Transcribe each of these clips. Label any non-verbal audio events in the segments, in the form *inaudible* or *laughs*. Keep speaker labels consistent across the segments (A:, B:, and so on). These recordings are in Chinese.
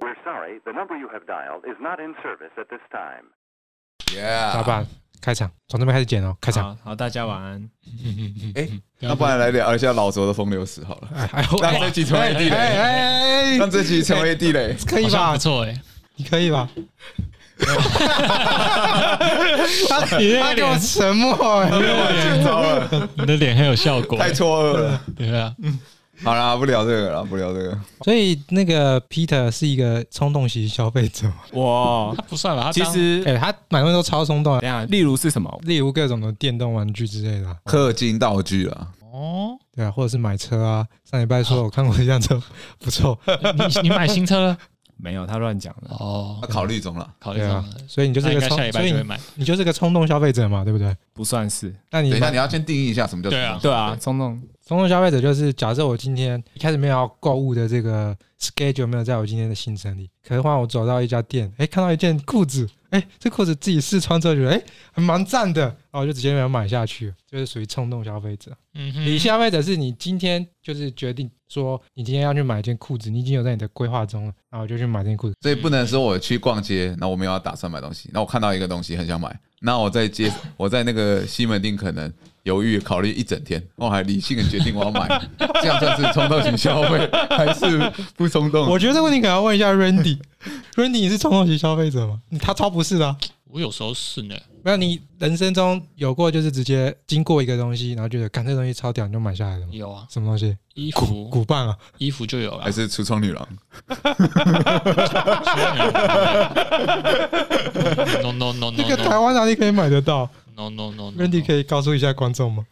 A: We're sorry, the number you have dialed is not in service at this time.
B: 老
C: Yeah，
B: 板开场，从这边开始剪哦，开场。
D: *laughs*
E: 好好，大家晚安。
C: 哎，要不然来聊一下老卓的风流史好了，
B: 哎哎，
C: 让这集成为地
B: 哎
C: 雷，
B: 哎，
C: 让这集成为地雷。
B: *laughs* 可以
D: 好像
B: 吧
D: 不？错哎，
B: 你可以吧？他他给我沉默，
C: 太糟了，
D: 你的脸很有效果，
C: 太错愕了。
B: 哎
D: 对啊，
C: 好啦，不聊这个了，不聊这个。
B: 所以那个 Peter 是一个冲动型消费
D: *laughs*
B: 者嘛，
E: 我
D: 他不算吧？他
E: 其
D: 当
E: 实
B: 哎，他买东西都超冲动
D: 啊
E: 等一，下，例如是什么？
B: 例如各种的电动玩具之类的啊，
C: 氪金道具啊，
D: 哦，
B: 对啊，或者是买车啊。上礼拜说我看过一辆车不错，
D: 你你买新车了？
E: 没有，他乱讲的。
D: 哦
C: 他，考虑中了。
D: 考虑
B: 对
D: 中
B: 啊
D: 了，，
B: 所以你就是
D: 那
B: 一
D: 应
B: 个
D: 该
B: 冲
D: 下礼，
B: 所
D: 拜
B: 以
D: 就会
B: 你
D: 买。
B: 你就是个冲动消费者嘛，对不对？
E: 不算是。
B: 那你
C: 等一下，
B: 买
C: 你要先定义一下什么叫
D: 对啊
E: 对啊，冲动
B: 冲动消费者就是，假设我今天一开始没有要购物的这个 schedule 没有在我今天的行程里，可是换我走到一家店，哎，看到一件裤子，哎，这裤子自己试穿之后觉得，哎，还蛮赞的，然后我就直接没有买下去，就是属于冲动消费者。
D: 嗯
B: 理
D: 哼，
B: 消费者是你今天就是决定说你今天要去买一件裤子，你已经有在你的规划中了，然后就去买这件裤子。
C: 所以不能说我去逛街，那我没有要打算买东西，那我看到一个东西很想买，那我在
B: *laughs*
C: 街，我在那个西门町可能犹豫考虑一整天，我还理性的决定我
B: *laughs*
C: 要买，这样算是冲动型消费还是不冲动？
B: 我觉得这个问题可能要问一下 *laughs* Randy，Randy 你是冲动型消费者吗？你他超不是的啊、
D: 我有时候是呢，
B: 没有你人生中有过就是直接经过一个东西，然后觉得干这东西超屌，你就买下来了吗？
D: 有啊，
B: 什么东西？
D: 衣服
B: 鼓棒啊？
D: 衣服就有啊
C: 还，是橱窗女郎，
D: no no no no
B: 这个台
D: no
B: 湾哪里可以买得到
D: no no no no，
B: ？Randy 可以告诉一下观众吗？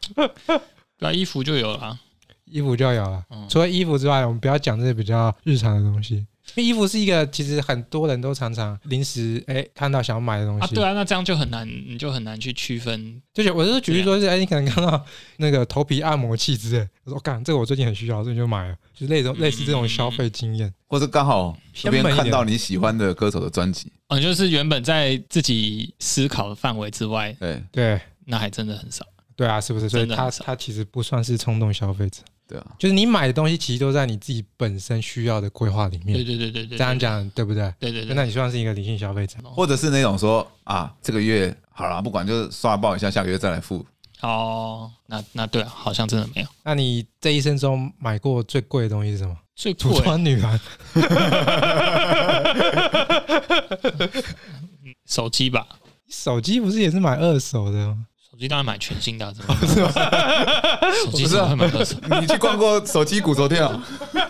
D: 对啊，衣服就有啦，
B: 衣服就要有了
D: 嗯。
B: 除了衣服之外，我们不要讲这些比较日常的东西，因为衣服是一个其实很多人都常常临时哎看到想要买的东
D: 啊，
B: 西。
D: 对啊，那这样就很难，你就很难去区分，
B: 就是我是举例说是，哎，你可能看到那个头皮按摩器之类，我说干这个我最近很需要，所以就买了，就是类种类似这种消费经验。
C: 或是刚好这边
B: 偏门一点
C: 看到你喜欢的歌手的专辑，
D: 嗯，就是原本在自己思考的范围之外，
C: 对
B: 对
D: 那还真的很少。
B: 对啊，是不是？所以
D: 真的
B: 他
D: 很少
B: 他其实不算是冲动消费者，
C: 对啊，
B: 就是你买的东西其实都在你自己本身需要的规划里
D: 对
B: 面。
D: 对对对对，
B: 这样，讲对不对？
D: 对对哦
B: 那
D: 对，
B: 你算是一个理性消费者。
C: 或者是那种说啊，这个月好啦，不管就是刷爆一下，下个月再来付，
D: 哦，那那对啊，好像真的没有
B: 那你这一生中买过最贵的东西是什么？
D: 最贵
B: 橱，窗女郎。
D: 手机吧，
B: 手机不是也是买二手的吗？
D: 手机当然买全新的啊，怎么会买手机
C: 不是
D: 怎
C: 啊
D: 么会买二手？
C: 你去逛过手机骨头店啊？ *laughs*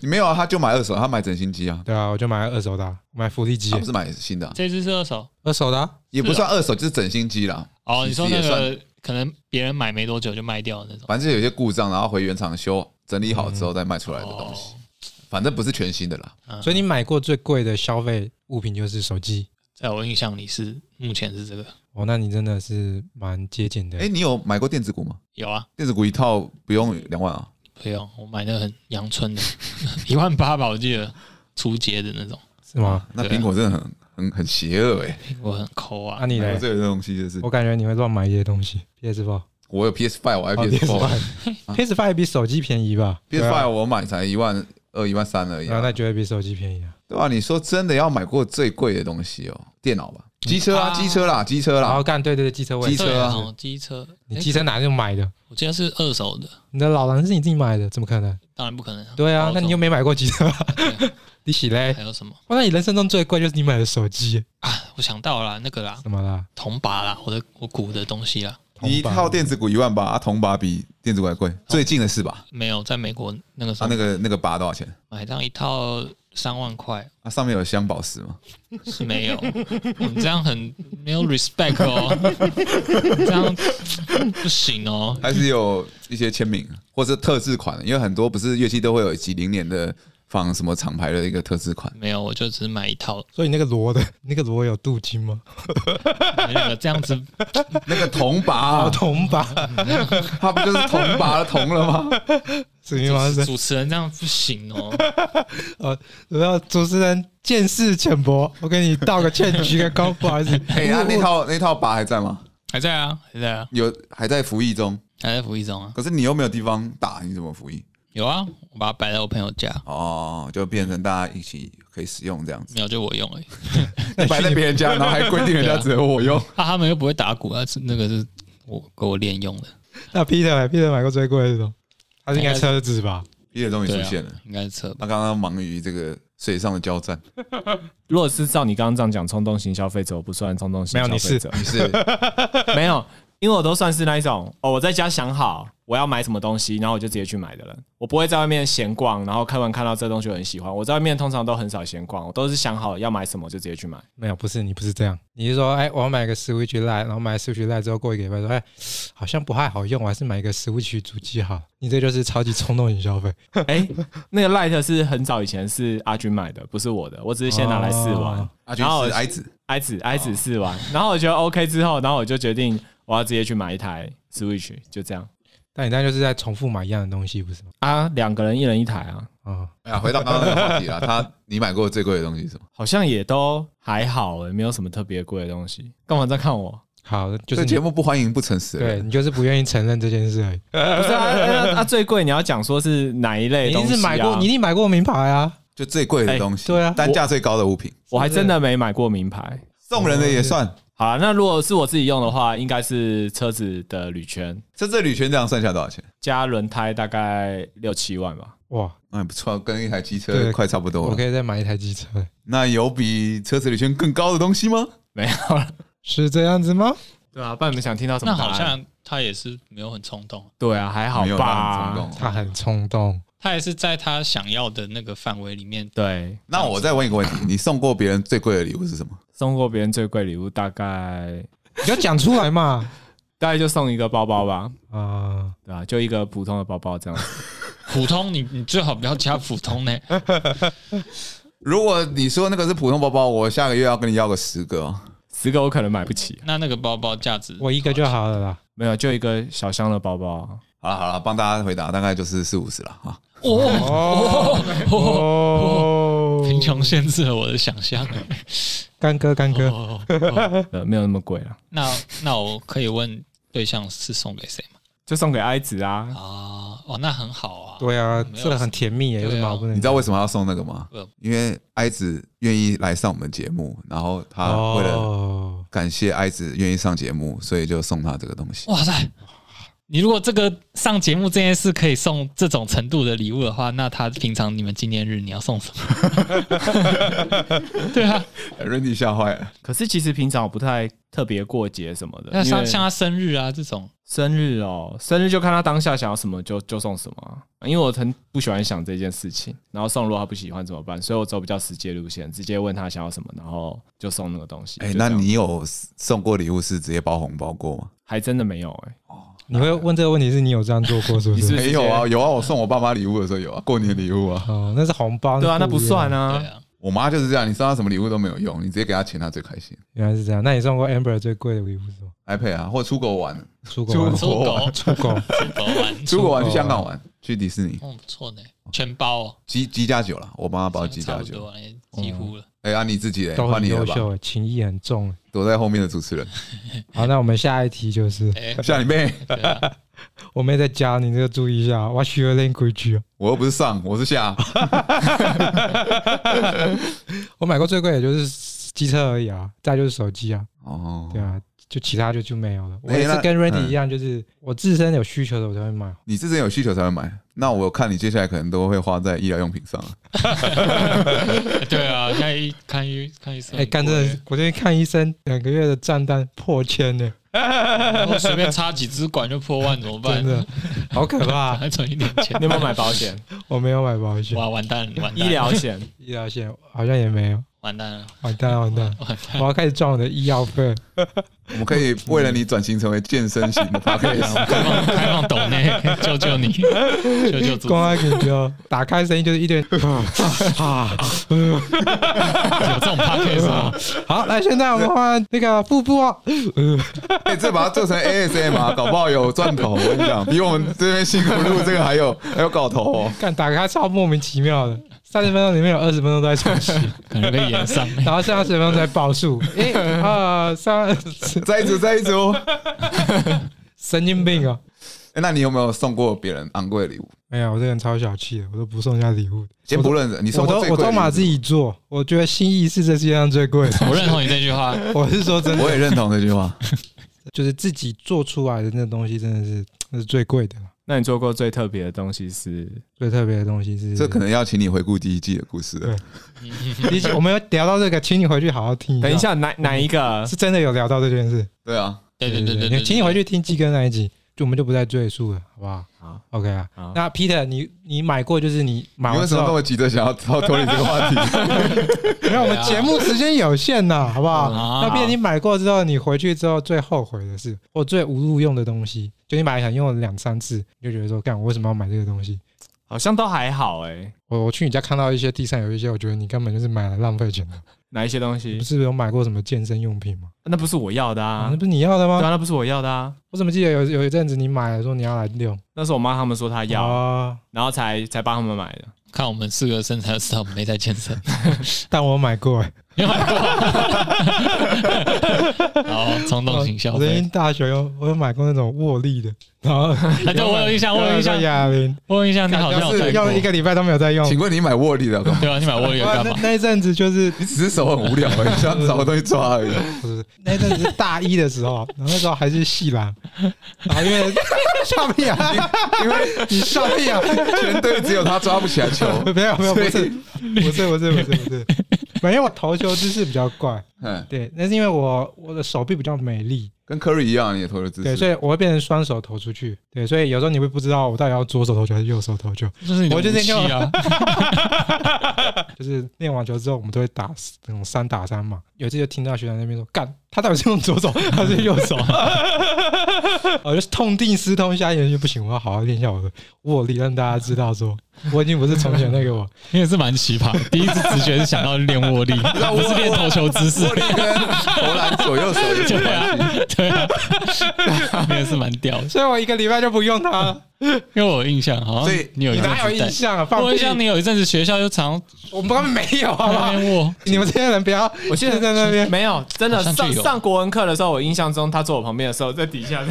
C: 你没有啊？他就买二手，他买整新机啊，
B: 对啊，我就买二手的啊、买福利机
C: 他，不是买新的啊、
D: 这只是二手
B: 二手的啊。
C: 也不算二手，就是整新机啦。
D: 哦，你说那
C: 其实也
D: 个可能别人买没多久就卖掉的那种
C: 反正有些故障，然后回原厂修，整理好之后再卖出来的东西，
D: 哦，
C: 反正不是全新的啦。
D: 嗯
B: 所以你买过最贵的消费物品就是手机。
D: 在我印象里是目前是这个
B: 哦，那你真的是蛮节俭的。
C: 哎，你有买过电子鼓吗？
D: 有啊，
C: 电子鼓一套不用两万啊，
D: 不用我买那个很阳春的， *laughs* 一万八吧，我记得除节的那种，
B: 是吗？
C: 那
D: 对啊
C: 苹果真的很很很邪恶哎、
D: 我很抠
B: 那、
D: 啊，
B: 你
C: 欸。
B: 嘞？
C: 这个东西就是
B: 我，感觉你会乱买一些东西。PS Four，
C: 我有 PS Five，我还 PS
B: PS
C: Four，PS
B: Five，PS Five 比手机便宜吧
C: Five 我买才一万二、一万三而已、
B: 然后
C: 啊
B: 那，绝对比手机便宜啊。
C: 对吧、你说真的要买过最贵的东西哦，电脑吧，机车啊，
D: 啊
C: 机车啦，机车
B: 然
C: 啦
B: 后，干，对对对，机车位
C: 机，车啊
D: 对哦机车，
B: 你
D: 诶
B: 机车哪就买的？
D: 我记得是二手的，
B: 你的老狼是你自己买的，怎么可能？
D: 当然不可能、
B: 对啊
D: 高，中
B: 那你又没买过
C: *laughs*
B: 机车、啊，
D: 对
B: 你洗嘞？
D: 还有什么
B: 哇，那你人生中最贵就是你买的手机，
D: 啊？我想到了那个啦，
B: 怎么啦？
D: 铜把啦，我的我鼓的东西啦，
C: 你一套电子鼓一万八，啊，铜把比电子鼓还贵，最近的是吧？
D: 没有在美国那个时
C: 啊，
D: 候
C: 那个那个拔多少钱？
D: 买这样一套三万块
C: 啊，上面有镶宝石吗？
D: 是没有，你这样很没有 respect 哦，你这样不行哦。
C: 还是有一些签名啊或是特制款，啊因为很多不是乐器都会有几零年的仿什么厂牌的一个特制 *laughs* 款。
D: 没有，我就只买一套，
B: 所以那个螺的那个螺有镀金 *laughs* 吗？
D: 那个这样子
C: 那个铜拔
B: 有，铜吧，
C: 啊它不就是铜拔的铜了 *laughs* 吗？
B: 史密王森，
D: 主持人这样不行哦。
B: 我要哦主持人见识浅薄，我给你道个歉，鞠个躬，不好
C: *laughs*
B: 意思。
C: 哎，那那套那套拔还在吗？
D: 还在啊，还在啊，
C: 有还在服役中，
D: 还在服役中啊。
C: 可是你又没有地方打，你怎么服役？
D: 有啊，我把它摆在我朋友家。
C: 哦，就变成大家一起可以使用这样子，
D: 没有就我用而已。
C: 摆在别人 *laughs* 家，然后还规定人家只有我 *laughs* 用。
D: 啊，他们又不会打鼓，啊，是那个是我给我练用的，
B: 那 Peter 买 Peter 买过最贵的是什么？他
C: 哎
B: 是应该车子吧？
C: 毕业终于出
D: 对啊
C: 现了，，
D: 应该是车吧。
C: 他刚刚忙于这个水上的交战，
E: 如果是照你刚刚这样讲，冲动型消费者我不算冲动
B: 没
E: 型
B: 有
E: 消
B: 你
E: 费
B: 是
E: 者，
C: 你 *laughs* 是
E: *laughs* 没有，因为我都算是那一种哦，我在家想好我要买什么东西，然后我就直接去买的人。我不会在外面闲逛，然后看完看到这东西我很喜欢。我在外面通常都很少闲逛，我都是想好要买什么就直接去 *laughs* 买。
B: 没有，不是你不是这样，你是说，哎，我要买个 Switch Lite，然后买了 Switch Lite 之后过一个礼拜说，哎，好像不太好用，我还是买一个 Switch 主机好。你这就是超级冲动型消费， *laughs*
E: 哎、那个 Light 是很早以前是阿军买的，不是我的，我只是先拿来试玩
B: 哦。
C: 阿军
E: 然后
C: 是矮子，
E: i 子 i 子试玩，然后我觉得 OK 之后，然后我就决定我要直接去买一台 Switch，就这样
B: 但你那就是在重复买一样的东西，不是吗？
E: 啊，两个人一人一台啊，
B: 啊、
C: 哎呀，回到刚刚那个话题 *laughs* 啦，他你买过最贵的东西是什么？
E: 好像也都还好、欸，没有什么特别贵的东西。干嘛在看我？
B: 好，就
C: 这
B: 是
C: 节
B: 你
C: 目不欢迎不诚实的
B: 对
C: 人，
B: 你就是不愿意承认这件事而已。
E: 不是啊，那那最贵你要讲说是哪一
B: 哎
E: 类
B: 你一
E: 东西、啊？
B: 定是买过，你一定买过名牌啊，
C: 就最贵的东西，
B: 哎对啊
C: 单价最高的物品，哦
E: 我还真的没买过名牌。
C: 送人的也算。
E: 好啊，那如果是我自己用的话，应该是车子的铝圈
C: 这这铝圈这样算下多少钱？
E: 加轮胎，大概六七万吧。
B: 哇！
C: 那、不错，啊跟一台机车
B: 对
C: 快差不多
B: 我
C: 了。
B: 可以再买一台机车，
C: 那有比车子铝圈更高的东西吗？
E: 没有了，
B: 是这样子吗？
E: 对啊，不然你们想听到什么
D: 那
E: 答案？
D: 好像他也是没有很冲动，
E: 对啊，还好
C: 没有那
E: 吧
C: 很。冲动。
B: 他很冲动，
D: 他也是在他想要的那个范围里面。
E: 对，
C: 那我再问一个问题，你送过别人最贵的礼物是什么？
E: 送过别人最贵礼物，大概
B: 你就讲出来嘛。 *laughs*
E: 大概就送一个包包吧，
B: 啊、
E: 对啊，就一个普通的包包这样。 *laughs*
D: 普通 *laughs* 你你最好不要加普通呢，
C: 如果你说那个是普通包包，我下个月要跟你要个十个、哦。
E: 十个我可能买不起，
D: 那那个包包价值
B: 我一个就好了
E: *laughs*
B: 啦。
E: 没有，就一个小箱的包包。 *laughs*
C: 好了好了，帮大家回答，大概就是四五十了啊。
D: *laughs* 哦，
B: 哦哦，
D: 贫穷限制了我的想
E: *laughs*
D: 象。
B: *laughs* 干哥干哥，
D: 哦哦
E: 呃，没有那么贵啦，
D: 那那我可以问对象是送给谁吗？
E: 就送给哀子啊。
D: 啊，哦，那很好啊。
B: 对啊，
D: 没有
B: 这个很甜蜜耶，有什
D: 对
B: 么
D: 啊
B: 好不能？
C: 你知道为什么要送那个吗
D: 嗯？
C: 因为哀子愿意来上我们节目，然后他为了
B: 哦，
C: 感谢哀子愿意上节目，所以就送他这个东西。
D: 哇塞！你如果这个上节目这件事可以送这种程度的礼物的话，那他平常你们纪念日你要送
E: *laughs*
D: 什么？对啊，
C: r a 哎吓坏了，
E: 可是其实平常我不太特别过节什么的，
D: 那
E: 因
D: 像
E: 为
D: 像他生日啊这种，
E: 生日哦，生日就看他当下想要什么就就送什么啊、因为我很不喜欢想这件事情，然后送如果他不喜欢怎么办？所以我走比较实际路线，直接问他想要什么，然后就送那个东西。
C: 哎、
E: 就这
C: 那
E: 样
C: 你有送过礼物是直接包红包过吗？
E: 还真的没有哎、
C: 哦
B: 你会问这个问题是你有这样做过是不
E: 你是不
B: 是？
E: 是
C: 没有啊，有啊，我送我爸妈礼物的时候有啊，过年礼物啊。
B: 哦，那是红包，
E: 对啊，那不
B: 一样
E: 算。啊
D: 对。啊，
C: 我妈就是这样，你送她什么礼物都没有用，你直接给她钱，她最开心。
B: 原来是这样，那你送过 Amber 最贵的礼物是什么？
C: iPad 啊，或出国玩，
B: 出国
E: 啊
B: 玩
D: 出
E: 哦
D: 国
B: 出国，
D: 出国玩，
C: *laughs* 出国玩
B: 出国
C: 去香港玩，去迪士尼，
D: 哦不错呢，全包哦，
C: 鸡鸡加酒啦，我帮她包鸡
D: 差
C: 加
D: 不
C: 酒。
D: 多了，几乎了。
C: 哎、啊你自己嘞，
B: 都
C: 换
B: 很
C: 你
B: 优
C: 了吧，
B: 秀耶，情谊很重耶。
C: 躲在后面的主持
B: *laughs*
C: 人，
B: 好，那我们下一
C: *laughs*
B: 题就是，
D: 哎，
C: 吓你妹！
D: 对啊 *laughs*
B: 我妹在教你这个注意一下，Watch your language 哦。
C: 我又不是上，我是
B: *laughs*
C: 下。
B: 我买过最贵的就是机车而已啊，再就是手机啊，
C: 哦，
B: 对啊，就其他就就没有了。我
C: 哎
B: 也是
C: 那
B: 跟 Randy
C: 嗯
B: 一样，就是我自身有需求的我才会买。
C: 你自身有需求才会买。那我看你接下来可能都会花在医疗用品上啊。
D: 对啊，现在一看医看医生，
B: 哎，干真的是，我最近看医生两个月的账单破千 *laughs* 呢，
D: 然后随便插几支管就破万，怎么办？
B: 真的好可 *laughs* 怕。啊
D: 还存一点钱
E: 你，有没有买保险、
B: 我没有买保险，
D: 哇，完蛋，完
E: *laughs* 医
D: 蛋，
E: 疗险？
B: 医疗险好像也没有，
D: 完蛋了，
B: 完蛋了 *laughs* 完蛋了，
D: 完
B: 我
D: 蛋，
B: 要开始赚我的医药费。
C: 我们可以为了你转型成为健身型
B: *laughs*
C: 的 p o d c a
D: 开放开放抖内， *laughs* 救
E: *laughs*
D: 救你，救救主
B: 光爱给就打开声音就是 *laughs* 一堆啊。
D: 有这种 p a c k a g e 吗？
B: 好，来，现在我们换那个瀑布哦。
C: 哎、这把它做成 ASM 啊，搞不好有赚头。我跟你讲，比我们这边辛苦录这个还有 *laughs* 还有搞头哦。
B: 看打开超莫名其妙的，三十分钟里面有二十分钟都在重 *laughs* 启，
D: 可能被延
B: *laughs*
D: 上。
B: 然后剩下十分钟在报数，一、二、三，
C: 再一组，再一组，
B: 神经病
C: 诶
B: 啊！
C: 哦哎那你有没有送过别人昂贵的礼物？
B: *laughs* 没有，我这个人超小气的，我都不送人家礼物的。
C: 先不论你送
B: 我
C: 过
B: 都
C: 最
B: 我
C: 贵的
B: 都把
C: 礼物
B: 自己做，我觉得心意是这世界上最贵的。 *laughs*
D: 我认同你这句话。
B: 我是说真
C: 我
B: 的，
C: 也认同这句话。
B: 就是自己做出来的那东西真的是那是最贵的了，
E: 那你做过最特别的东西是？
B: 最特别的东西是
C: 这可能要请你回顾第一季的故事了。
B: 毕竟我们有聊到这个，请你回去好好听。
E: 等一，下，哪哪一个？
B: 是真的有聊到这件事。
C: 对啊，
D: 对对对对对，
B: 你请你回去听季哥那一集，就我们就不再赘述了，好不好？
E: 好
B: ，OK 啊
E: 好。
B: 那 Peter，你你买过就是你买
C: 你为
B: 完之
C: 什么那
B: 后，
C: 么急着想要逃脱离这个话题？
B: 没有，我们 *laughs* 节目时间有限
D: *laughs*
B: 呐，好不好？
D: 啊
B: 那变成你买过之后，你回去之后最后悔的事，或最无路用的东西，就你买了想用了两三次，你就觉得说，干，我为什么要买这个东西？
E: *laughs* 好像都还好哎、
B: 我我去你家看到一些地上有一些，我觉得你根本就是买来浪费钱的。
E: 哪一些东
B: 你
E: 西
B: 不？是有买过什么健身用品吗？
E: 那不是我要的
B: 啊，
E: 啊
B: 那，不是你要的
E: 对
B: 吗？
E: 啊，那不是我要的啊。
B: 我怎么记得有有一阵子你买了说你要来用？
E: 那是我妈他们说她要，
B: 啊，
E: 然后才才帮他们买 *laughs* 的。
D: 看我们四个身材就知道我们没在健身。 *laughs*
B: 但我买过哎，
D: 你有
B: *laughs*
D: 买过？好，冲动型消
B: 我曾
D: 费
B: 经。大学有我有买过那种握力的，然后
D: 啊，对，我有印象，我有
B: *laughs*
D: 印象，
B: 哑铃，
D: 我有印象，你好像有带
B: 用
D: 过
B: 了一，个礼拜都没有在用。
C: 请问你买握力的干嘛？
D: 对啊，你买我有
B: 哇
D: 干
B: 那
D: 嘛？
B: 那一阵子就是
C: 你只是手很无聊而已，想找个东西抓而已。
B: 不是那一阵子是大一的时候，然后那时候还是细篮，然后因为笑屁啊，因为你笑屁啊，
C: 全队只有他抓不起来球。
B: 没有没有不
C: 所
B: 是
C: 以
B: 不是不是不是不是，没有我投球姿势比较怪，
C: 嗯，
B: 对，那是因为我我的手臂比较美丽，
C: 跟 Curry 一样，你也投了姿
B: 对，所
C: 势。
B: 以我会变成双手投出去，对，所以有时候你会不知道我到底要左手投球还是右手投球，
D: 就是你的
B: 我就
D: 武
B: 是
D: 器啊，
B: 就是练完球之后，我们都会打那种三打三嘛。有一次就听到学长那边说：“干，他到底是用左手还是右手？”我哦就是痛定思痛，下一年就不行，我要好好练一下我的握力，让大家知道说我已经不是从前那个我。
D: 你也是蛮奇葩。第一次直觉是想到练握力，不是练投球姿势
C: 握。力跟投篮左右手有什么
D: 对
C: 关
D: 啊
C: 系？，
D: 对啊，你也是蛮屌的，
B: 所以我一个礼拜就不用
C: *laughs*
B: 它了。
D: 因为我有印象，好
C: 所
D: 像
C: 以
D: 你有一
B: 你
D: 阵
B: 哪有
D: 子
B: 印
D: 带。
B: 象啊？放
D: 我
B: 屁
D: 印！象你有一阵子学校就常
B: 我们根本没有，好
D: 在
B: 不好
C: *laughs*
D: 那？边握，
B: 你们这些人不要，
E: 我记得
B: 在那边
E: 没有，真的
D: 好像就
E: 上
D: 有
E: 上国文课的时候，我印象中他坐我旁边的时候，在底下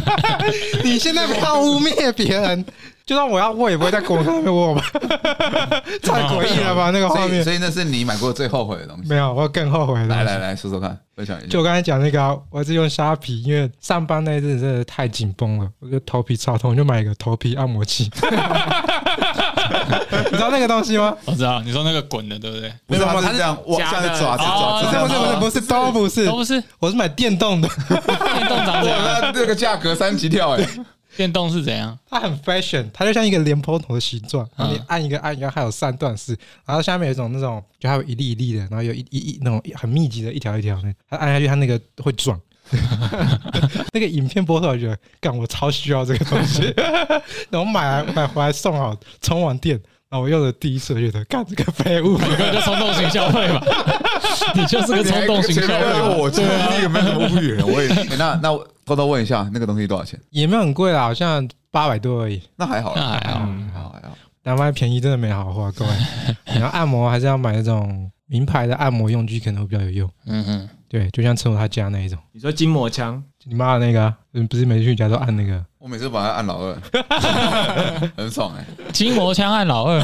E: *laughs*
B: 你现在不要污蔑别人。就算我要握，也不会在国上面
C: *laughs*
B: 握吧？ *laughs* 太诡异了吧，那个画
C: 所以
B: 面
C: 所。以那是你买过最后悔的东西。
B: 没有，我更后悔了。
C: 来来来，说说看，分享一下
B: 就。我刚才讲那个、啊，我还是用虾皮，因为上班那一阵子真的太紧绷了，我就头皮超痛，我就买一个头皮按摩器。 *laughs* 你知道那个东西吗？
D: 我知道你说那个滚的，对不对？
C: 不是，
B: 没有
C: 他
B: 他
C: 是
B: 是
C: 这样往
E: 夹
C: 下
E: 的
C: 的爪子，爪
D: 哦
C: 子这
B: 不是
C: 样子。
B: 不是不是啊都不是
D: 都，不是
B: 我是买电动的，
D: 电动长怎样？
C: 哇，那这个价格三级跳哎！
D: 电动是怎样？
B: 它很 fashion，它就像一个莲蓬头的形状，然后你
D: 嗯
B: 按一个按一个，还有三段式，然后下面有一种那种，就还有一粒一粒的，然后有一一一那种很密集的一条一条的，它按下去它那个会转。 *laughs* 那个影片播出来，我觉得干我超需要这个东西， *laughs* 然后买来买回来送好，充完电，然后我用了第一次，我觉得干这个废物，
D: 你根本就冲动型消费嘛，你就是个冲动型消
C: 前面那
D: 费
C: 哎个
D: 嘛。
C: 我这个有没有什么不语人？我也哎那那我偷偷问一下，那个东西多少钱？
B: 也没有很贵啦，好像八百多而已。
C: 那还好啦，
D: 那还好
C: 嗯还好还好。
B: 南方便宜真的没好货、啊，各位，你要按摩还是要买那种名牌的按摩用具，可能会比较有用。
D: 嗯嗯，
B: 对，就像陈武他家那一种，
E: 你说筋膜枪，
B: 就你妈的那个、啊，嗯不是每次去你家都按那个，
C: 我每次把它按老二，
D: *laughs*
C: 很爽哎！
D: 筋膜枪按老
C: *laughs*
D: 二，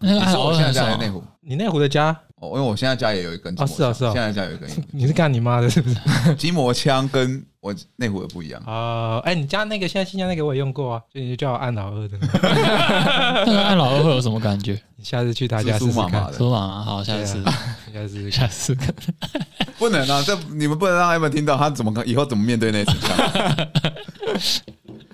D: 那个
C: 你
D: 按
C: 说
D: 老
C: 我
D: 二
C: 现在
D: 很
C: 家里内
D: 爽。啊
C: 湖，
B: 你内湖的家，
C: 哦，因为我现在家也有一根筋
B: 哦
C: 膜
B: 是哦
C: 枪，
B: 是哦
C: 现在家有一根
B: 你是干你妈的，是不
D: *laughs*
B: 是？
C: 筋膜枪，跟我内湖的不一样。
B: 啊，哎，你家那个现在新疆那个我也用过啊，所以你就叫我按老二的那个，
D: 那个按老二会有什么感觉？
B: 你下次去他
C: 酥
D: *laughs*
B: 家试
C: 酥
B: 试
C: 麻
B: 看
C: 麻，的，
D: 说嘛啊，好，下次
B: 对你下次试试看。
D: 下次看。
C: 不能啊！这你们不能让他们听到，他怎么以后怎么面对那支枪？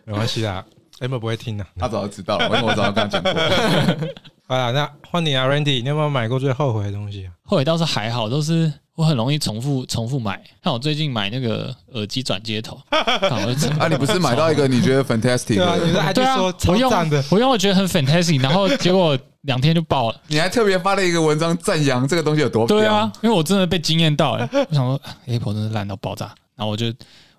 B: 没关系啦 a m 不会听的。
C: 他早就知道了，因为我早就跟他讲过。
B: 好啦，那换你啊，Randy，你有没有买过最后悔的东西啊？
D: 后悔倒是还好，都是 *laughs* 我很容易重复重复买。像我最近买那个耳机转
C: *laughs*
D: 接头，看我就整
C: 啊，你不是买到一个你觉得 fantastic
B: 对啊，你
C: 的，
B: 是还去
D: *laughs* 对啊
B: 说，
D: 我
B: 超
D: 用
B: 赞
D: *laughs*
B: 的，
D: 我用我觉得很 fantastic，然后结果两天就爆了。
C: 你还特别发了一个文章赞扬这个东西有多
D: 对
C: 屌
D: 啊，，因为我真的被惊艳到、欸，我想说啊 Apple 真是烂到爆炸。然后我就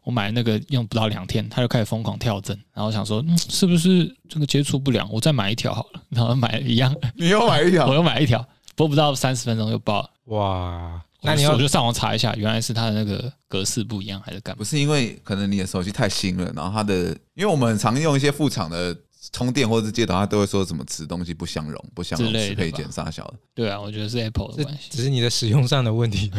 D: 我买那个用不到两天，它就开始疯狂跳针。然后我想说，嗯，是不是这个接触不良？我再买一条好了。然后买了一样，
C: 你又买一条
D: 我，又买一条，播不到三十分钟就爆了。
B: 哇！那
D: 我就
B: 你要
D: 我就上网查一下，原来是它的那个格式不一样，还是干嘛
C: 不？是因为可能你的手机太新了，然后它的，因为我们很常用一些副厂的充电或者是接头，它都会说什么此东西不相容、不相容
D: 之类的
C: 适配件
D: 吧
C: 啥小的。
D: 对啊，我觉得是 Apple 的
B: 这
D: 关系。
B: 只是你的使用上的问
D: *laughs*
B: 题，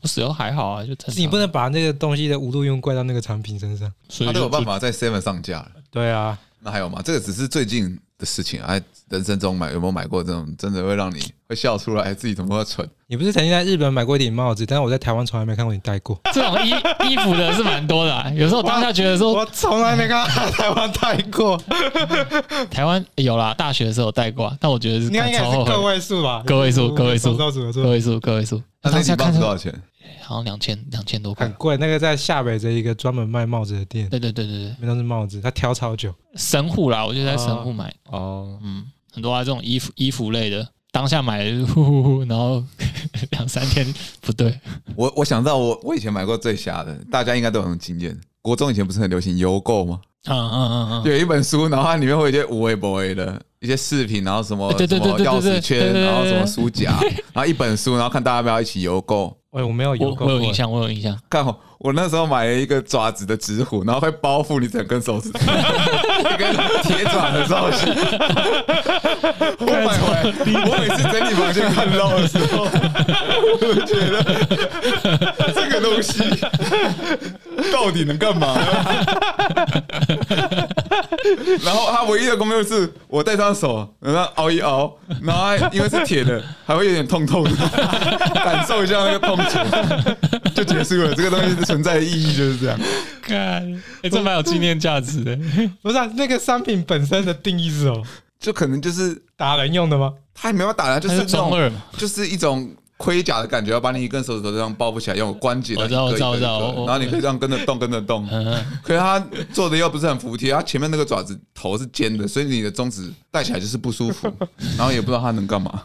D: 我使用还好啊，就正常
B: 你不能把那个东西的无路用怪到那个产品身上。
D: 所以
C: 它都有
D: 就
C: 办法在 Seven 上架了。
B: 对啊，
C: 那还有吗？这个只是最近的事情，哎，人生中买有没有买过这种真的会让你会笑出来，自己怎么会
D: *laughs*
C: 蠢？
B: 你不是曾经在日本买过一顶帽子，但是我在台湾从来没看过你戴过。
D: 这种衣衣服的是蛮多的、啊，有时候当下觉得说
B: 我从来没看到 *laughs* 台湾戴
D: *laughs*
B: 过，
D: 台湾有啦，大学的时候有戴过啊，但我觉得是
B: 应该
D: 看
B: 应该
D: 超
B: 是
D: 后
B: 个
D: 悔，
B: 位数吧？嗯
D: 个位数个位数
B: 手到数的
D: 个
B: 数，
D: 位数个位数，
C: 那
D: 当
C: 那
D: 下
C: 顶帽
D: 看
C: 子
D: 是
C: 多少钱？
D: 好像两千两千多块
B: 很，贵。那个在下北泽一个专门卖帽子的店，
D: 对对对对对，
B: 里面都是帽子，他挑超久。
D: 神户啦，我就在神户买，
E: 哦，
D: 嗯，很多啊这种衣服衣服类的，当下买呼呼呼，然后 *laughs* 两三天不对，
C: 我我想到我我以前买过最瞎的，大家应该都有这种经验。国中以前不是很流行邮购吗？
D: 嗯嗯嗯嗯，
C: 有一本书，然后它里面会有一些无微不微的一些饰品，然后什么
D: 对对
C: 什
D: 对
C: 么
D: 对对
C: 钥匙
D: 对对
C: 圈，
D: 对对
C: 然后什么书夹，然后一本书，然后看大家要不要一起邮购。
B: 哎，我没有
D: 我
B: 邮购
D: 我有
B: 过
D: 印，象，我有印象，
C: 看我我那时候买了一个爪子的纸虎，然后会包覆你整根手指， *laughs* 一根铁爪的造型。我买回来，我每次整理房间看到的时候，我觉得这个东西到底能干嘛 *laughs* 然后它唯一的功用是，我戴上手，然后熬一熬，然后它因为是铁的，还会有点痛痛的，感受一下那个痛楚，就结束了。这个东西存在的意义就是这样。
D: *laughs* 看，哎，这蛮有纪念价值的，
B: 不是啊那个商品本身的定义是什么？
C: 就可能就是
B: 打人用的吗？
C: 他也没有打量，就
D: 它
C: 是
D: 是
C: 那种
D: 中二嘛，
C: 就是一种盔甲的感觉，要把你一根手指头这样包覆起来，用关节的
D: 我知道
C: 一个
D: 我知道
C: 一个
D: 我知道
C: 一个
D: 我
C: 然后你可以这样跟着动，跟着动。
D: 嗯，
C: 可是他做的又不是很服帖，他前面那个爪子头是尖的，所以你的中指戴起来就是不舒服，然后也不知道他能干嘛。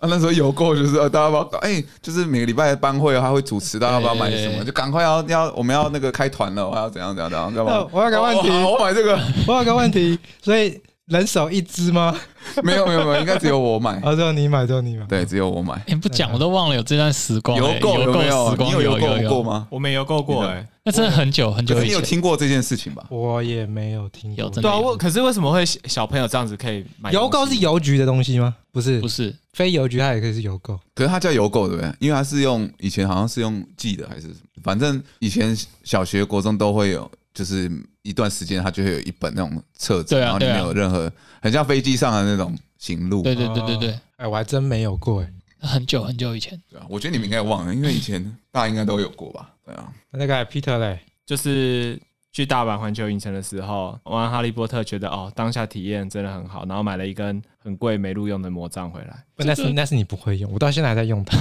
C: 啊，那时候邮购就是呃，大家要不要？哎、就是每个礼拜的班会，他会主持，大家要不要买
D: 哎
C: 什么？就赶快要要，我们要那个开团了，我要怎样怎样怎样，干嘛
B: 那？我有个问题
C: 哦好我买这个
B: 我有个问题，所以人手一只吗？
C: *laughs* 没有没有没有，应该只有我
D: *laughs*
C: 买，
B: 哦，只有你买，只有你买。
C: 对，只有我买。
D: *laughs* 哎，不讲我都忘了有这段时光，
C: 邮
D: 哎
C: 购有
D: 邮购
C: 没有？
D: 时
C: 你
D: 光
C: 有邮
D: 有
C: 购过？吗？
E: 我没邮购过哎，
D: 那真的很久很
C: 可
D: 久
C: 是
D: 以
C: 你有
D: 前，
C: 听过这件事情吧？
B: 我也没有听过
D: 有真的
E: 对啊，我可是为什么会小小朋友这样子可以买
B: 邮购
E: 东西
B: 是邮局的东西吗？不是，
D: 不是
B: 非邮局它也可以是邮购。
C: 可是它叫邮购对不对？因为它是用以前好像是用寄的还是什么，反正以前小学、国中都会有，就是一段时间它就会有一本那种册子，
D: 对啊
C: 然后里面
D: 对啊
C: 有任何很像飞机上的那种行路。
D: 对对对对对
B: 哦，哎，我还真没有过哎。
D: 那很久很久
C: *laughs*
D: 以前，
C: 对啊，我觉得你们应该忘了，因为以前大家应该都有过吧？对
D: *laughs*
C: 啊，
B: 那那个 Peter 嘞，
E: 就是去大阪环球影城的时候，玩哈利波特觉得哦，当下体验真的很好，然后买了一根很贵没录用的魔杖回来。
B: 不那是那是你不会用，我到现在还在用它，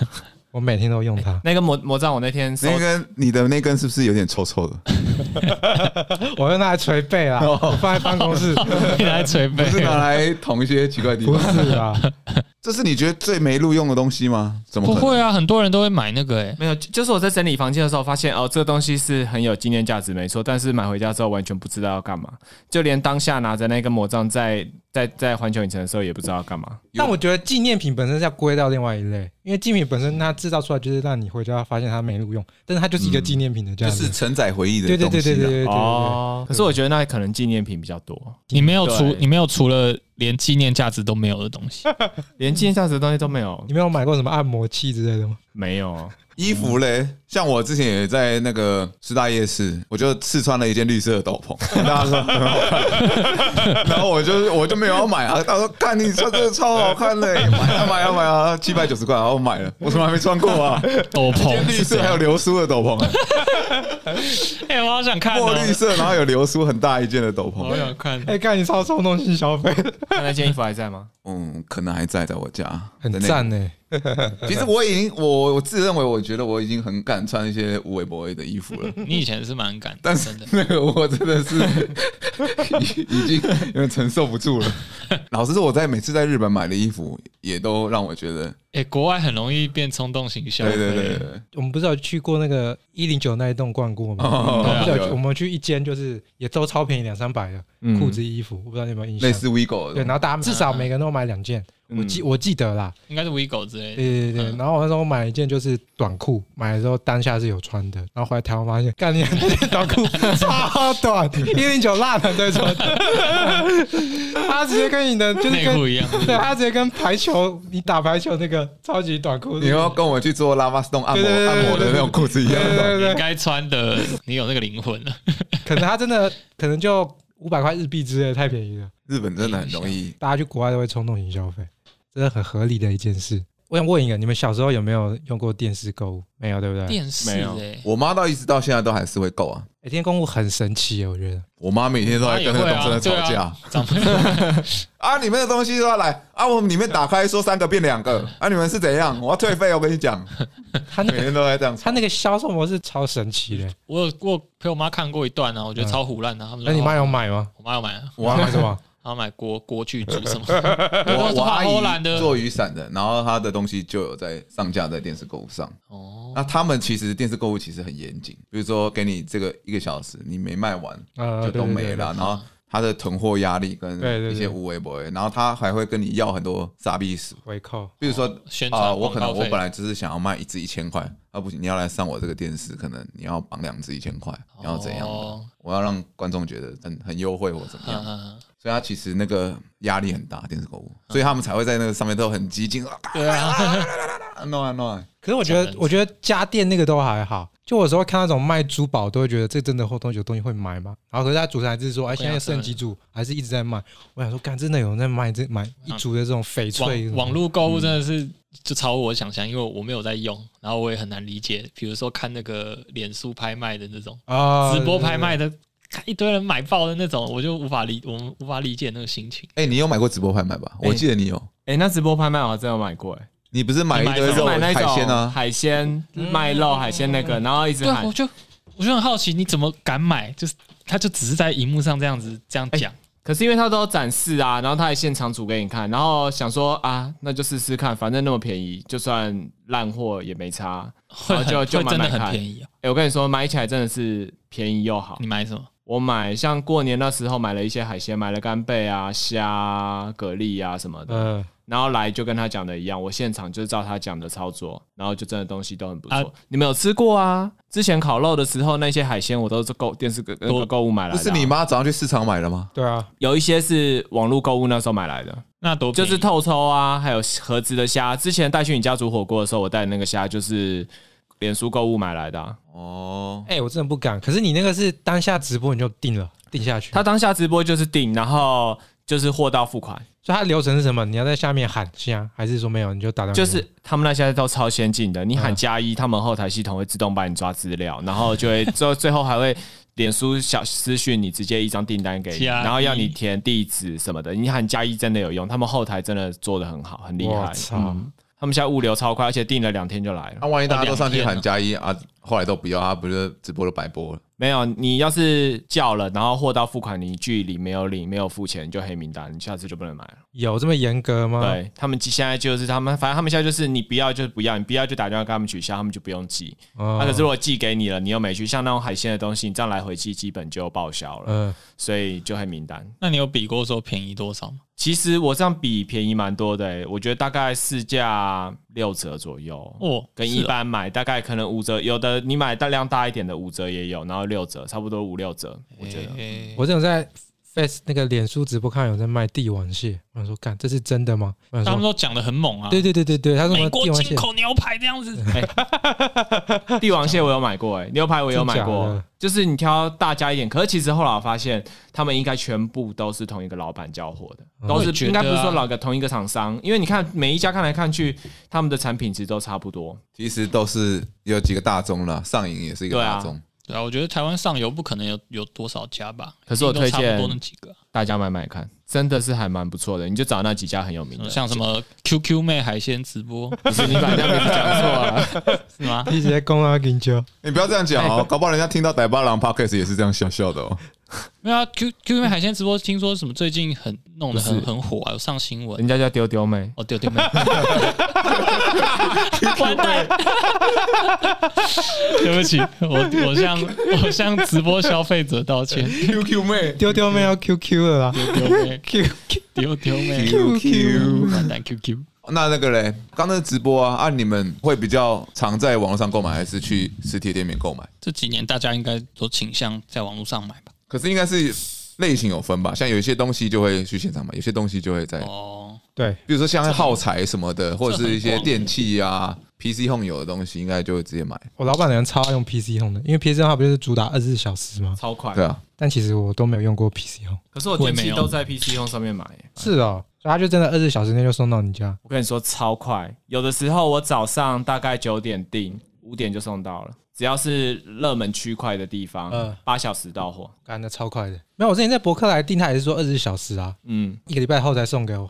B: *laughs* 我每天都用它。
E: 那个魔魔杖我那天收
C: 那根你的那根是不是有点臭
D: *laughs*
C: 臭的？哎
B: 我用它来捶背啊，
C: 哦
B: 我放在办公
C: *laughs*
B: 室。
D: 你来捶
C: 不
D: 背，
C: 是拿来捅一些奇怪的地
B: 不
D: *laughs*
C: 方？
B: 是啊，
C: 这是你觉得最没录用的东西吗？怎么
D: 不
C: 可能？
D: 会啊，很多人都会买那个哎，
E: 没有，就就是我在整理房间的时候发现，哦，这个东西是很有纪念价值，没错。但是买回家之后完全不知道要干嘛，就连当下拿着那根魔杖在在在环球影城的时候也不知道要干嘛。
B: 但我觉得纪念品本身是要归到另外一类，因为纪念品本身它制造出来就是让你回家发现它没路用，但是它就是一个纪念品的价
C: 嗯就
B: 值
C: 是。承载回忆的
B: 对对
C: 东西、啊。哦
B: 对对对对对对。
E: 哦可是我觉得那可能纪念品比较多，
D: 你没有除
E: 对
D: 你没有除了连纪念价值都没有的东
C: *laughs*
D: 西，
E: 连纪念价值的东西都没有
B: 你，没有买过什么按摩器之类的吗？
E: 没有。哦
C: 衣服嘞，像我之前也在那个师大夜市，我就试穿了一件绿色的斗篷，
B: *laughs*
C: 大家说很好看， *laughs* 然后我就我就没有要买啊，他说看你穿这个超好看嘞、买啊买啊买啊，七百九十块，然后我买了，我怎么还没穿过
B: *laughs*
C: 啊？
D: 斗
C: 一件
D: 篷
C: 绿
D: 是
C: 色
D: 这
C: 还有
D: 样。
C: 流苏的斗篷、
D: *laughs*
C: 啊
D: 哎，我好想看
C: 墨
D: 哦，
C: 绿色，然后有流苏很大一件的斗
D: 我
B: *laughs*
D: 好
C: 篷，
D: 想看。
B: 哎，看你超冲动性
C: *laughs*
B: 消费，
E: 那那件衣服还在吗？
C: 嗯，可能还在在我家，
B: 很
C: 在那
B: 赞啊欸呢。
C: 其实我已经我我自认为我觉得我已经很敢穿一些无为不为的衣服了，
D: 你以前是蛮敢，
C: 但是
D: 真的。
C: 那个我真的是
B: *laughs*
C: 已已经有点承受不住了。老实说，我在每次在日本买的衣服，也都让我觉得
D: 哎、国外很容易变冲动型消费。
C: 对对对对，
B: 我们不是有去过那个一零九那一栋逛过吗？
C: 哦
B: 我们不是有
C: 对啊
B: 去我们去一间就是也都超便宜，两三百的
E: 嗯
B: 裤子、衣服，我不知道你有没有印象
C: 类。似 WeGo
B: 对，
C: 的
B: 然后大家至嗯少每个人都买两件，我记我记得啦。
D: 应该是 WeGo 之类的。
B: 对对对，然后我那时候买一件就是短裤，买的时候当下是有穿的，然后回来台湾 *laughs* 发现，干你那件短裤超短，一零九烂了再穿，他直接跟你的就是
D: 内
B: 跟
D: 裤一样，
B: 对他直接跟排球你打排球那个超级短裤，
C: 你要跟我去做拉 a 斯 a 按摩
B: 对对对
C: 按摩的那种裤子一样
B: 对对
C: 的，
B: 对对
D: 你，该穿的，你有那个灵魂了。
B: 可能他真的可能就五百块日币之类的，太便宜了。
C: 日本真的很容易。
B: 大家去国外都会冲动型消费，这是很合理的一件事。我想问一个，你们小时候有没有用过电视购物？没有，对不对？
D: *laughs* 电视
E: 没有
D: 哎，
C: 我妈到一直到现在都还是会购啊，
B: 哎，电视购物很神奇耶，我觉得。
C: 我妈每天都在跟那个
B: 啊
C: 东升的
D: 她
C: 吵
D: 也会
C: 架
D: 长辈 *laughs*
C: 啊，你们的东西都要来啊，我们里面打开说三个变两个啊，你们是怎样？我要退费，我跟你讲，
B: 他那
C: 每
B: 个
C: 天都在这样
B: *laughs* 他
C: 吵。
B: 那个销售模式超神奇的。
D: 我有我有陪我妈看过一段啊，我觉得超胡乱的。他们
B: 那
D: 说，
B: 你妈
D: 哦
B: 有买吗？
D: 我妈要买啊，
B: 我买什
D: *laughs*
B: 么？
D: 她要买锅锅具煮
C: *laughs*
D: 什么？ *laughs*
C: 我我阿
D: 荷兰
C: 姨
D: 的
C: 做雨伞的，然后她的东西就有在上架在电视购物上。
D: 哦，
C: 那他们其实电视购物其实很严谨，比如说给你这个一个小时，你没卖完
D: 啊
B: 呃
C: 就都没
B: 对对对
C: 了，然后。他的囤货压力跟
B: 对对对
C: 一些无微不微，然后他还会跟你要很多傻逼数，
B: 回扣。
C: 比如说
D: 哦宣传
C: 啊，我可能
D: 广告
C: 我
D: 费
C: 本来只是想要卖一只一千块，啊不行，你要来上我这个电视，可能你要绑两只一千块，你要怎样的
D: 哦？
C: 我要让观众觉得很很优惠或怎么
D: 嗯
C: 样
D: 嗯，嗯
C: 所以他其实那个压力很大，电视购物，所以他们才会在那个上面都很激进，啊
D: 对
B: *laughs*
D: 啊，
C: 弄啊弄啊，
B: 可是我觉得
D: 讲，得
B: 我觉得家电那个都还好。就我有时候看那种卖珠宝，都会觉得这真的后东西有东西会买吗？然后可是他主持人还是说，哎，
D: 会啊
B: 现在剩几组，还是一直在卖。我想说，干，真的有人在卖这买一组的这种翡翠
D: 网网络购物真的是就超乎我想象，因为我没有在用，然后我也很难理解，比如说看那个脸书拍卖的那种
B: 啊
D: 直播拍卖的，看一堆人买爆的那种，我就无法理，我们无法理解那个心情。
C: 哎，你有买过直播拍卖吧？我记得你有，
E: 哎，那直播拍卖我还真有买过，哎，
C: 你不是买一堆
E: 就
C: 肉
E: 买那
C: 海
E: 种
C: 鲜啊？
E: 海鲜卖肉海鲜那个，然后一直
D: 对啊，
E: 喊
D: 我就我就很好奇，你怎么敢买？就是他就只是在荧幕上这样子这样讲，
E: 可是因为他都有展示啊，然后他还现场煮给你看，然后想说啊，那就试试看，反正那么便宜，就算烂货也没差。
D: 会
E: 然后就
D: 很
E: 就
D: 会
E: 买
D: 真的
E: 买
D: 很
E: 看
D: 便宜、啊。
E: 哎、我跟你说，买起来真的是便宜又好
D: 你。买什么？
E: 我买像过年那时候买了一些海鲜，买了干贝啊、虾啊、蛤蜊啊什么的，
B: 嗯，
E: 然后来就跟他讲的一样，我现场就照他讲的操作，然后就真的东西都很不错。
D: 啊
E: 你们有吃过啊？之前烤肉的时候那些海鲜我都是购电视购那个购物买来
C: 不
E: 的、啊
C: 是你？妈早上去市场买的吗？
B: 对啊，
E: 有一些是网络购物那时候买来的。
D: 那多
E: 就
D: 便宜
E: 是透抽啊，还有盒子的虾。之前带去你家煮火锅的时候，我带的那个虾就是脸书购物买来的啊、
C: 哦，
B: 哎，我真的不敢。可是你那个是当下直播你就定了，定下去。
E: 他当下直播就是订，然后就是货到付款，
B: 所以它流程是什么？你要在下面喊香，还是说没有你就打电话给
E: 就
B: 我？
E: 是他们那些都超先进的。你喊
B: 嗯
E: 加一，他们后台系统会自动帮你抓资料，然后 *laughs* 就会最最后还会。脸书小私讯你直接一张订单给你，
D: 加一
E: 然后要你填地址什么的。你喊加一真的有用，他们后台真的做的很好，很厉害
B: 我。操
E: 嗯，他们现在物流超快，而且订了两天就来了
C: 那。万一大家都上去
D: 两天
C: 喊
D: 啊
C: 加一啊，后来都不要，他不是直播都白播了？
E: 没有，你要是叫了，然后货到付款，你距离没有领，没有付钱，你就黑名单，你下次就不能买了。
B: 有这么严格
D: 嗯
B: 吗？，
E: 对他们现在就是他们，反正他们现在就是你不要就是不要，你不要就打电话跟他们取消，他们就不用寄。
B: 哦
D: 嗯啊
E: 那、可是如果寄给你了，你又没去，像那种海鲜的东西，你这样来回寄基本就报销了，
B: 嗯，
E: 所以就黑名单。
D: 那你有比过说便宜多少吗？
E: 其实我这样比便宜蛮多的、欸，我觉得大概市价六折左右。
D: 哦，
E: 跟
D: 是
E: 一
D: 哦
E: 般买大概可能五折，有的你买大量大一点的五折也有，然后六折，差不多五六折，我觉得。
D: 诶
B: 我这种在 Face 那个脸书直播看有人在卖帝王蟹，我想说，干这是真的吗？我
D: 他
B: 想
D: 们
B: 说，
D: 都讲的很猛啊，
B: 对对对对对，他说什
D: 美
B: 么
D: 国
B: 帝王蟹
D: 进，口牛排这样子，
E: 哎 *laughs*
D: 哎
E: 帝王蟹我有买过、欸，牛排我有买
B: 真假
E: 过
B: 的，
E: 就是你挑大家一点。可是其实后来我发现，他们应该全部都是同一个老板交货的，
B: 嗯
E: 都
D: 我也
E: 是
D: 觉
E: 应
D: 得啊
E: 该不是说老个同一个厂商，因为你看每一家看来看去，他们的产品其实都差不多。
C: 其实都是有几个大宗了，上瘾也是一个
E: 对啊
C: 大宗。
D: 对啊，我觉得台湾上游不可能有有多少家吧，
E: 可是我推
D: 一定
E: 荐
D: 都差不多那几个，
E: 大家买买看，真的是还蛮不错的。你就找那几家很有名的，
D: 嗯像什么 QQ 妹海鲜
E: *laughs*
D: 直播
E: 不是你把人家名字讲错了。
D: 是吗？
B: 一直在攻啊，金秋，
C: 你
E: 哎
C: 不要这样讲哦，搞不好人家听到逮巴郎 podcast 也是这样笑笑的哦。
D: *laughs* 没有啊，Q Q 妹海鲜直播听说什么最近很弄得很
E: 不是
D: 很火啊，有上新闻
E: 人。家叫丢丢妹，
D: 哦，丢丢 *laughs* 妹，完蛋！ *laughs* 对不起，我我向 *laughs* 我向直播消费者道 *laughs* 歉。
C: QQ 妹
B: 丢丢妹要 QQ 了啦
D: 丢丢妹，
B: ，QQ
D: 丢丢妹，
B: QQ
D: 完蛋，QQ。
C: 那那个嘞，刚那直播啊，啊，你们会比较常在网络上购买，还是去实体店面购买？
D: 这几年大家应该都倾向在网络上买吧？
C: 可是应该是类型有分吧，像有一些东西就会去现场买，有些东西就会在，
D: 哦，
B: *laughs* 对，
C: 比如说像耗材什么的，或者是一
D: 这
C: 些
D: 很广
C: 电器啊、PC Home 有的东西，应该就会直接买。
B: 我老板娘超爱用 PC Home 的，因为 PC Home 它不就是主打二十四小时吗？
E: 超快
C: 对。啊，
B: 但其实我都没有用过 PC Home。
E: 可是我
D: 我也
E: 电
D: 没
E: 器
D: 有
E: 都在 PC 用上面买耶，欸
B: 是哦，所以他就真的二十小时内就送到你家。
E: 我跟你说超快，有的时候我早上大概九点订，五点就送到了。只要是热门区块的地方
B: 嗯，
E: 八、小时到货。
B: 干的超快的。没有，我之前在博客来订，他也是说二十小时啊，
E: 嗯，
B: 一个礼拜后才送给我。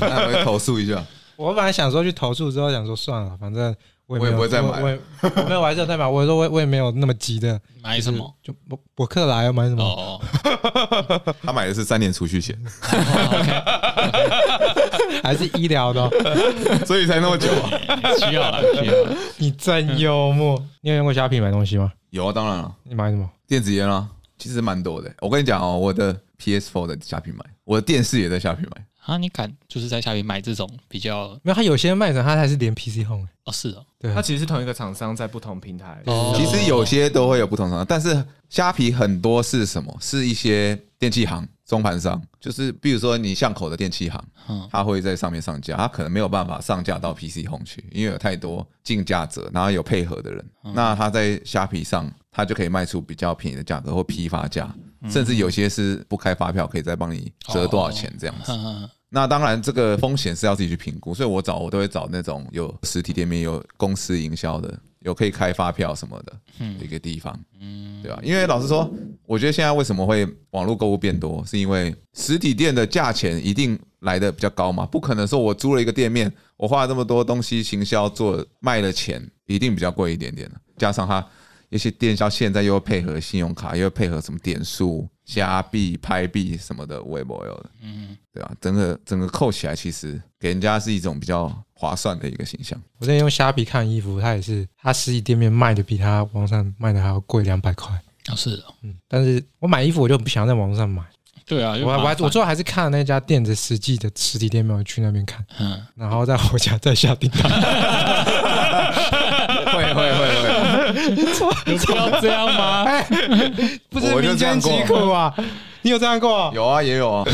C: 那我会投诉一下。
B: 我本来想说去投诉，之后想说算了，反正我也没
C: 我也
B: 有
C: 不会再买
B: 我我也我没有，我还是有再买。我说我也我也没有那么急的，
D: 买什么？
B: 就博博客来啊要买什么？
D: 哦
C: 他买的是三年储蓄险， *laughs*
D: 哦
B: 还是医疗的哦、
C: 所以才那么久、啊。
D: *laughs* 哦，需要了，需要啦。
B: 你真幽默。你有用过虾皮买东西吗？
C: 有啊，当然了、
B: 你买什么？
C: 电子烟啊，其实蛮多的。我跟你讲哦，我的 PS4 的虾皮买，我的电视也在虾皮买。
D: 啊，你敢就是在下面买这种比较
B: 没有，他有些卖场他还是连 PC Home 欸、
D: 哦，是哦，
B: 对
E: 它
B: 啊，
E: 其实是同一个厂商在不同平台。
D: 哦
C: 其实有些都会有不同的，但是虾皮很多是什么？是一些电器行、中盘商，就是比如说你巷口的电器行，
D: 嗯
C: 它会在上面上架，它可能没有办法上架到 PC Home 去，因为有太多竞价者，然后有配合的人，
D: 嗯
C: 那它在虾皮上，它就可以卖出比较便宜的价格或批发价，
D: 嗯
C: 甚至有些是不开发票，可以再帮你折多少钱这样子。
D: 嗯嗯，嗯
C: 那当然，这个风险是要自己去评估，所以我找我都会找那种有实体店面、有公司营销的、有可以开发票什么的一个地方，对吧？因为老实说，我觉得现在为什么会网络购物变多，是因为实体店的价钱一定来的比较高嘛，不可能说我租了一个店面，我花了这么多东西行销做卖了钱，一定比较贵一点点的，加上它一些电销现在又要配合信用卡，又要配合什么点数、虾币、拍币什么的，我也不会有的。对啊，整个整个扣起来，其实给人家是一种比较划算的一个形象。
B: 我之前用虾皮看衣服，他也是他实体店面卖的比他网上卖的还要贵两百块。
D: 哦是哦，
B: 嗯，但是我买衣服我就不想在网络上买，
D: 对啊，就
B: 我还我还
D: 麻烦
B: 我最后还是看了那家店的实际的实体店面，我去那边看，
D: 嗯，
B: 然后在我家再下订单。
C: *laughs* 会会会会，
D: 有必要这样吗？ *laughs*
B: *laughs* 不
C: 是我就这样过民间疾苦
B: 啊！你有这样过？
C: *laughs* 有啊也有啊，
D: 可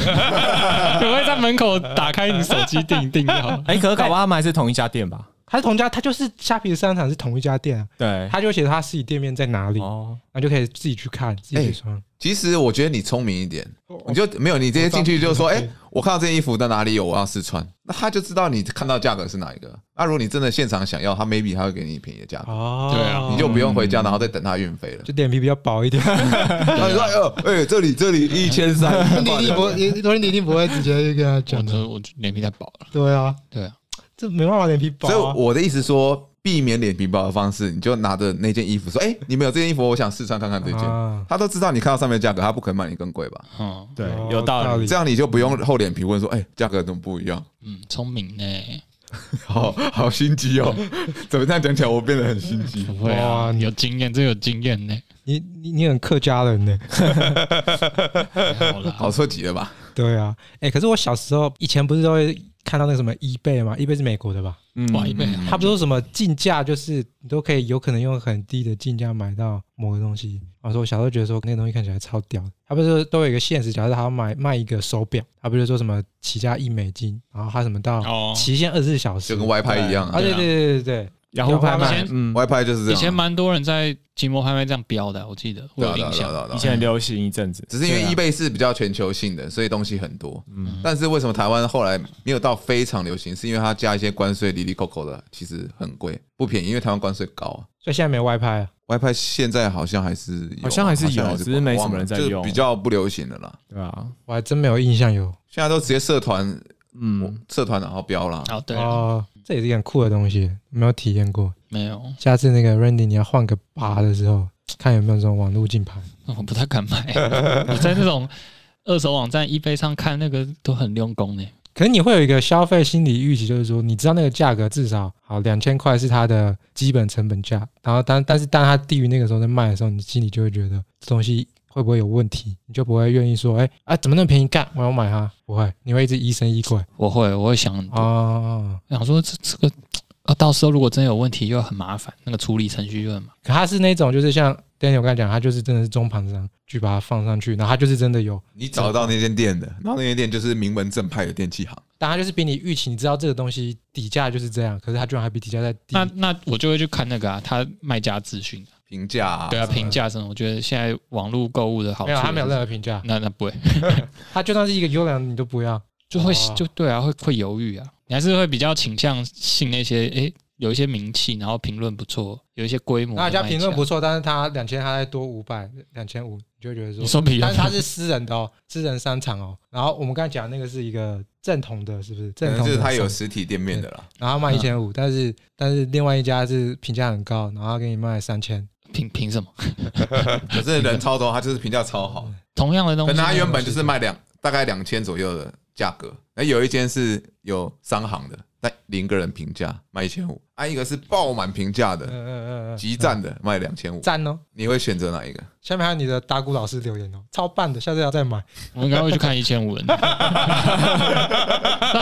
D: 不可以在门口打开你手机订订就好了？
E: 哎、可是搞不好他们还是同一家店吧？
B: 他是同家，他就是虾皮的商场是同一家店啊，
C: 哎
E: 对，
B: 他就写他实体店面在哪里，
E: 哦，
B: 那就可以自己去看，自己去穿。
C: 其实我觉得你聪明一点
B: 哦，
C: 你就没有你直接进去就说，
B: 我知
C: 哎、
B: 道
C: 我看到这件衣服在哪里有，我要试穿，那他就知道你看到价格是哪一个。那如果你真的现场想要，他 maybe 他会给你便宜的价格，
B: 哦
D: 对啊
C: 你就不用回家，然后再等他运费了。
B: 就脸皮比较薄一点。
C: 那你
D: 啊
C: 说，哎呦，哎，这里这里一千三，
B: *laughs* 你不，你昨天你一定不会直接就跟他
D: 我的。我脸皮太薄了，
B: 对啊，
D: 对啊，
B: 这没办法，脸皮薄
C: 所以
B: 啊。
C: 我的意思说，避免脸皮薄的方式，你就拿着那件衣服说：“哎、你们有这件衣服，我想试穿看看这件。
B: 啊
C: 他都知道你看到上面的价格，他不可能卖你更贵吧？
D: 嗯
E: 对
B: 哦，
E: 有道理。
C: 这样你就不用厚脸皮问说：“哎、价格怎么不一样 *laughs*
D: 嗯，聪明呢，？”
C: 好好心机
B: *laughs*
C: 哦！怎么这样讲起来，我变得很心机
D: 不。会
B: 哇
D: 啊，
B: 你
D: 有经验，这有经验 *laughs* 呢，
B: 你你你很客家人呢。
D: 还好啦，
C: 好错极了吧？
B: 对啊，哎，可是我小时候以前不是都会看到那个什么 eBay 吗？eBay 是美国的吧？
E: 嗯
D: 哇，一倍啊，
B: 他不是说什么进价，就是你都可以有可能用很低的进价买到某个东西。我说我小时候觉得说那个东西看起来超屌的，他不是说都有一个限时，假设他要买卖一个手表，他不是说什么起价一美金，然后他什么到
D: 哦
B: 期限二十四小时，
C: 就跟 Y 拍一样
B: 啊
C: 啊
B: 对对
D: 对啊
B: 对对对，
E: 雅虎拍
B: 以
E: 卖
D: 前，
E: 嗯，
C: ，Y 拍就是这
D: 以
C: 样啊。
D: 前蛮多人在奇摩拍卖这样标的，我记得我
C: 对啊
D: 有
C: 对啊对啊
D: 印
C: 对
D: 象，
C: 啊对
E: 以
C: 啊
E: 前很流行一阵子。
C: 只是因为
B: 对啊
C: eBay 是比较全球性的，所以东西很多。
E: 嗯
C: 但是为什么台湾后来没有到非常流行？是因为它加一些关税，里里扣扣的，其实很贵，不便宜，因为台湾关税高啊。
B: 所以现在没有 Y 拍啊。
C: 外派现在好像还是有啊
E: 好像还是有只是没什么人在用
C: 就比较不流行的啦。
E: 对啊，
B: 我还真没有印象有
C: 现在都直接社团，
E: 嗯，
C: 社团然后标啦。
D: 哦，对啊，
B: 哦，这也是一个很酷的东西，没有体验过。
D: 没有，
B: 下次那个 Randy 你要换个八的时候，看有没有这种网络竞拍。
D: 我不太敢买。 *laughs* 我在那种二手网站、eBay 上看那个都很用功呢。
B: 可是你会有一个消费心理预期，就是说你知道那个价格至少好两千块是它的基本成本价，然后当但是当它低于那个时候在卖的时候，你心里就会觉得这东西会不会有问题，你就不会愿意说，哎、啊怎么那么便宜干，我要买它，不会，你会一直疑神疑鬼
D: 我会，我会想很多，
B: 哦。
D: 想说这这个啊，到时候如果真有问题又很麻烦，那个处理程序又很麻烦。
B: 可它是那种就是像 Daniel 刚才讲，它就是真的是中盘商去把它放上去，然后它就是真的有，
C: 你找到那间店的，然后那间店就是名门正派的电器行，
B: 但它就是比你预期，你知道这个东西底价就是这样，可是它居然还比底价再低。
D: 那那我就会去看那个啊，他卖家资讯，
C: 评价啊
D: 对啊，评价什么？我觉得现在网络购物的好处
B: 没有，它没有
D: 就是
B: 任何评价，
D: 那那不会，
B: 它就算是一个优良，你都不要。
D: 就会
B: 哦
D: 就对啊，会会犹豫啊，你还是会比较倾向信那些诶、有一些名气，然后评论不错，有一些规模
B: 那
D: 的卖
B: 人
D: 家。
B: 家评论不错，但是他两千，他再多五百，两千五，你就会觉得
D: 你
B: 说，
D: 说比
B: 但
D: *laughs*
B: 是他是私人的哦，私人商场哦。然后我们刚才讲那个是一个正统的，是不是？
C: 可
B: 正
C: 能
B: 统
C: 就
B: 的
C: 是他
B: 商
C: 有，实体店面的啦，
B: 然后卖
D: 嗯
B: 一千五，但是但是另外一家是评价很高，然后他给你卖三千，
D: 凭凭什么？
C: 可是人超多，他就是评价超好，
D: 同样的东
C: 可
D: 西，
C: 能他原本就是卖两大概两千左右的价格，那有一间是有商行的，但零个人评价卖一千五，啊一个是爆满评价
B: 嗯
C: 的
B: 嗯嗯嗯，
C: 极赞的卖两千五，
B: 赞哦。
C: 你会选择哪一个？
B: 下面还有你的打鼓老师留言哦，超棒的，下次要再买。
D: 我们刚刚会去看一千 *laughs* 五人。那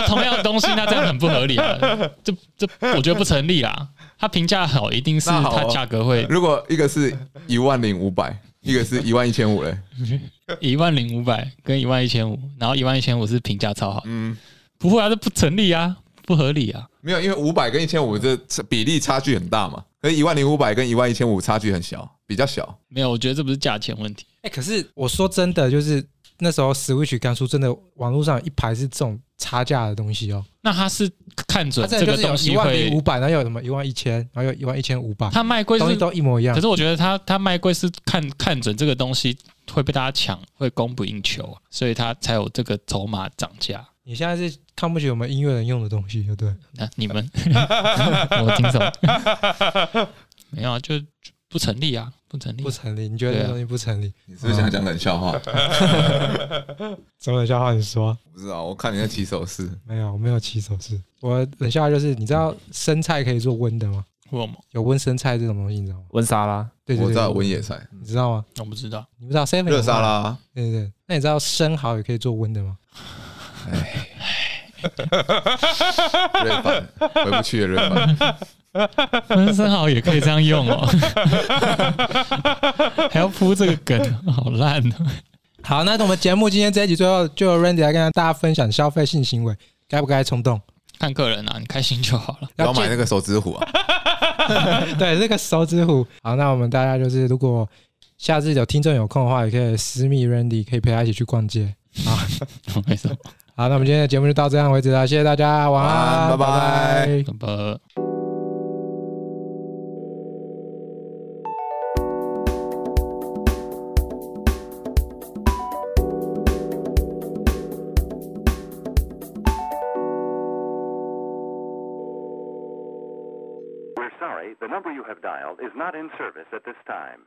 D: 同样的东西，那这样很不合理啊！这这我觉得不成立啦。它评价好，一定是
C: 那好哦
D: 它价格会
C: 如果一个是一万零五百，一个是一万一千五嘞，
D: 一万零五百跟一万一千五，然后一万一千五是评价超好，
C: 嗯，
D: 不会啊，这不成立啊，不合理啊。
C: 没有，因为五百跟一千五这比例差距很大嘛，可是一万零五百跟一万一千五差距很小，比较小。
D: 没有，我觉得这不是价钱问题。
B: 哎，可是我说真的，就是那时候 Switch 刚出，真的网络上有一排是这种差价的东西哦，
D: 那他是看
B: 它
D: 准
B: 真
D: 这
B: 的就是
D: 个
B: 有
D: 东
B: 一
D: 西
B: 万零五
D: 会，
B: 百，然后有什么一万一千，然后有一万一千五百，
D: 他卖贵
B: 东
D: 是
B: 西，都一模一样
D: 可。是我觉得他他卖贵是看看准这个东西会被大家抢，会供不应求啊，所以他才有这个筹码涨价。
B: 你现在是看不起我们音乐人用的东西，对
D: 嗯
B: 不对？
D: 那你
B: *laughs*
D: 们，我听什么？没有啊，就就不成立啊，不成立
B: 不。成立，你觉得这东西不成立？
C: 啊你是不是想讲冷笑话？
B: 什么冷笑话？你说
C: 不知道，我看你在起手势。
B: 没有？我没有起手式。我冷笑话就是，你知道生菜可以做温的吗？
D: 我吗
B: 有温生菜这种东西，你知道吗？
E: 温莎拉
B: 对对
C: 我
B: 对，
C: 知道温
B: 温，
C: 野菜、
B: 你知道吗？
D: 我不知道，
B: 你不知道 seven
C: 热沙？拉，
B: 对对对，那你知道生蚝也可以做温的吗？
C: 瑞凡回不去了。瑞凡，
D: 温生蚝也可以这样
B: *laughs*
D: 用哦，还要铺这个梗，好烂哦。
B: 好，那我们节目今天这一集最后，就由 Randy 来跟大家分享消费性行为该不该冲动。
D: 看个人啊，你开心就好了。
C: 不要
B: 健
C: 买那个手指虎啊！
B: *laughs* 对，这个手指虎。好，那我们大家就是，如果下次有听众有空的话，也可以私密 Randy，可以陪他一起去逛街。
D: 没什么，
B: 好，那我们今天的节目就到这样为止了，谢谢大家，晚安，
C: 晚安拜拜
D: 拜拜。
A: We're sorry, the number you have dialed is not in service at this time.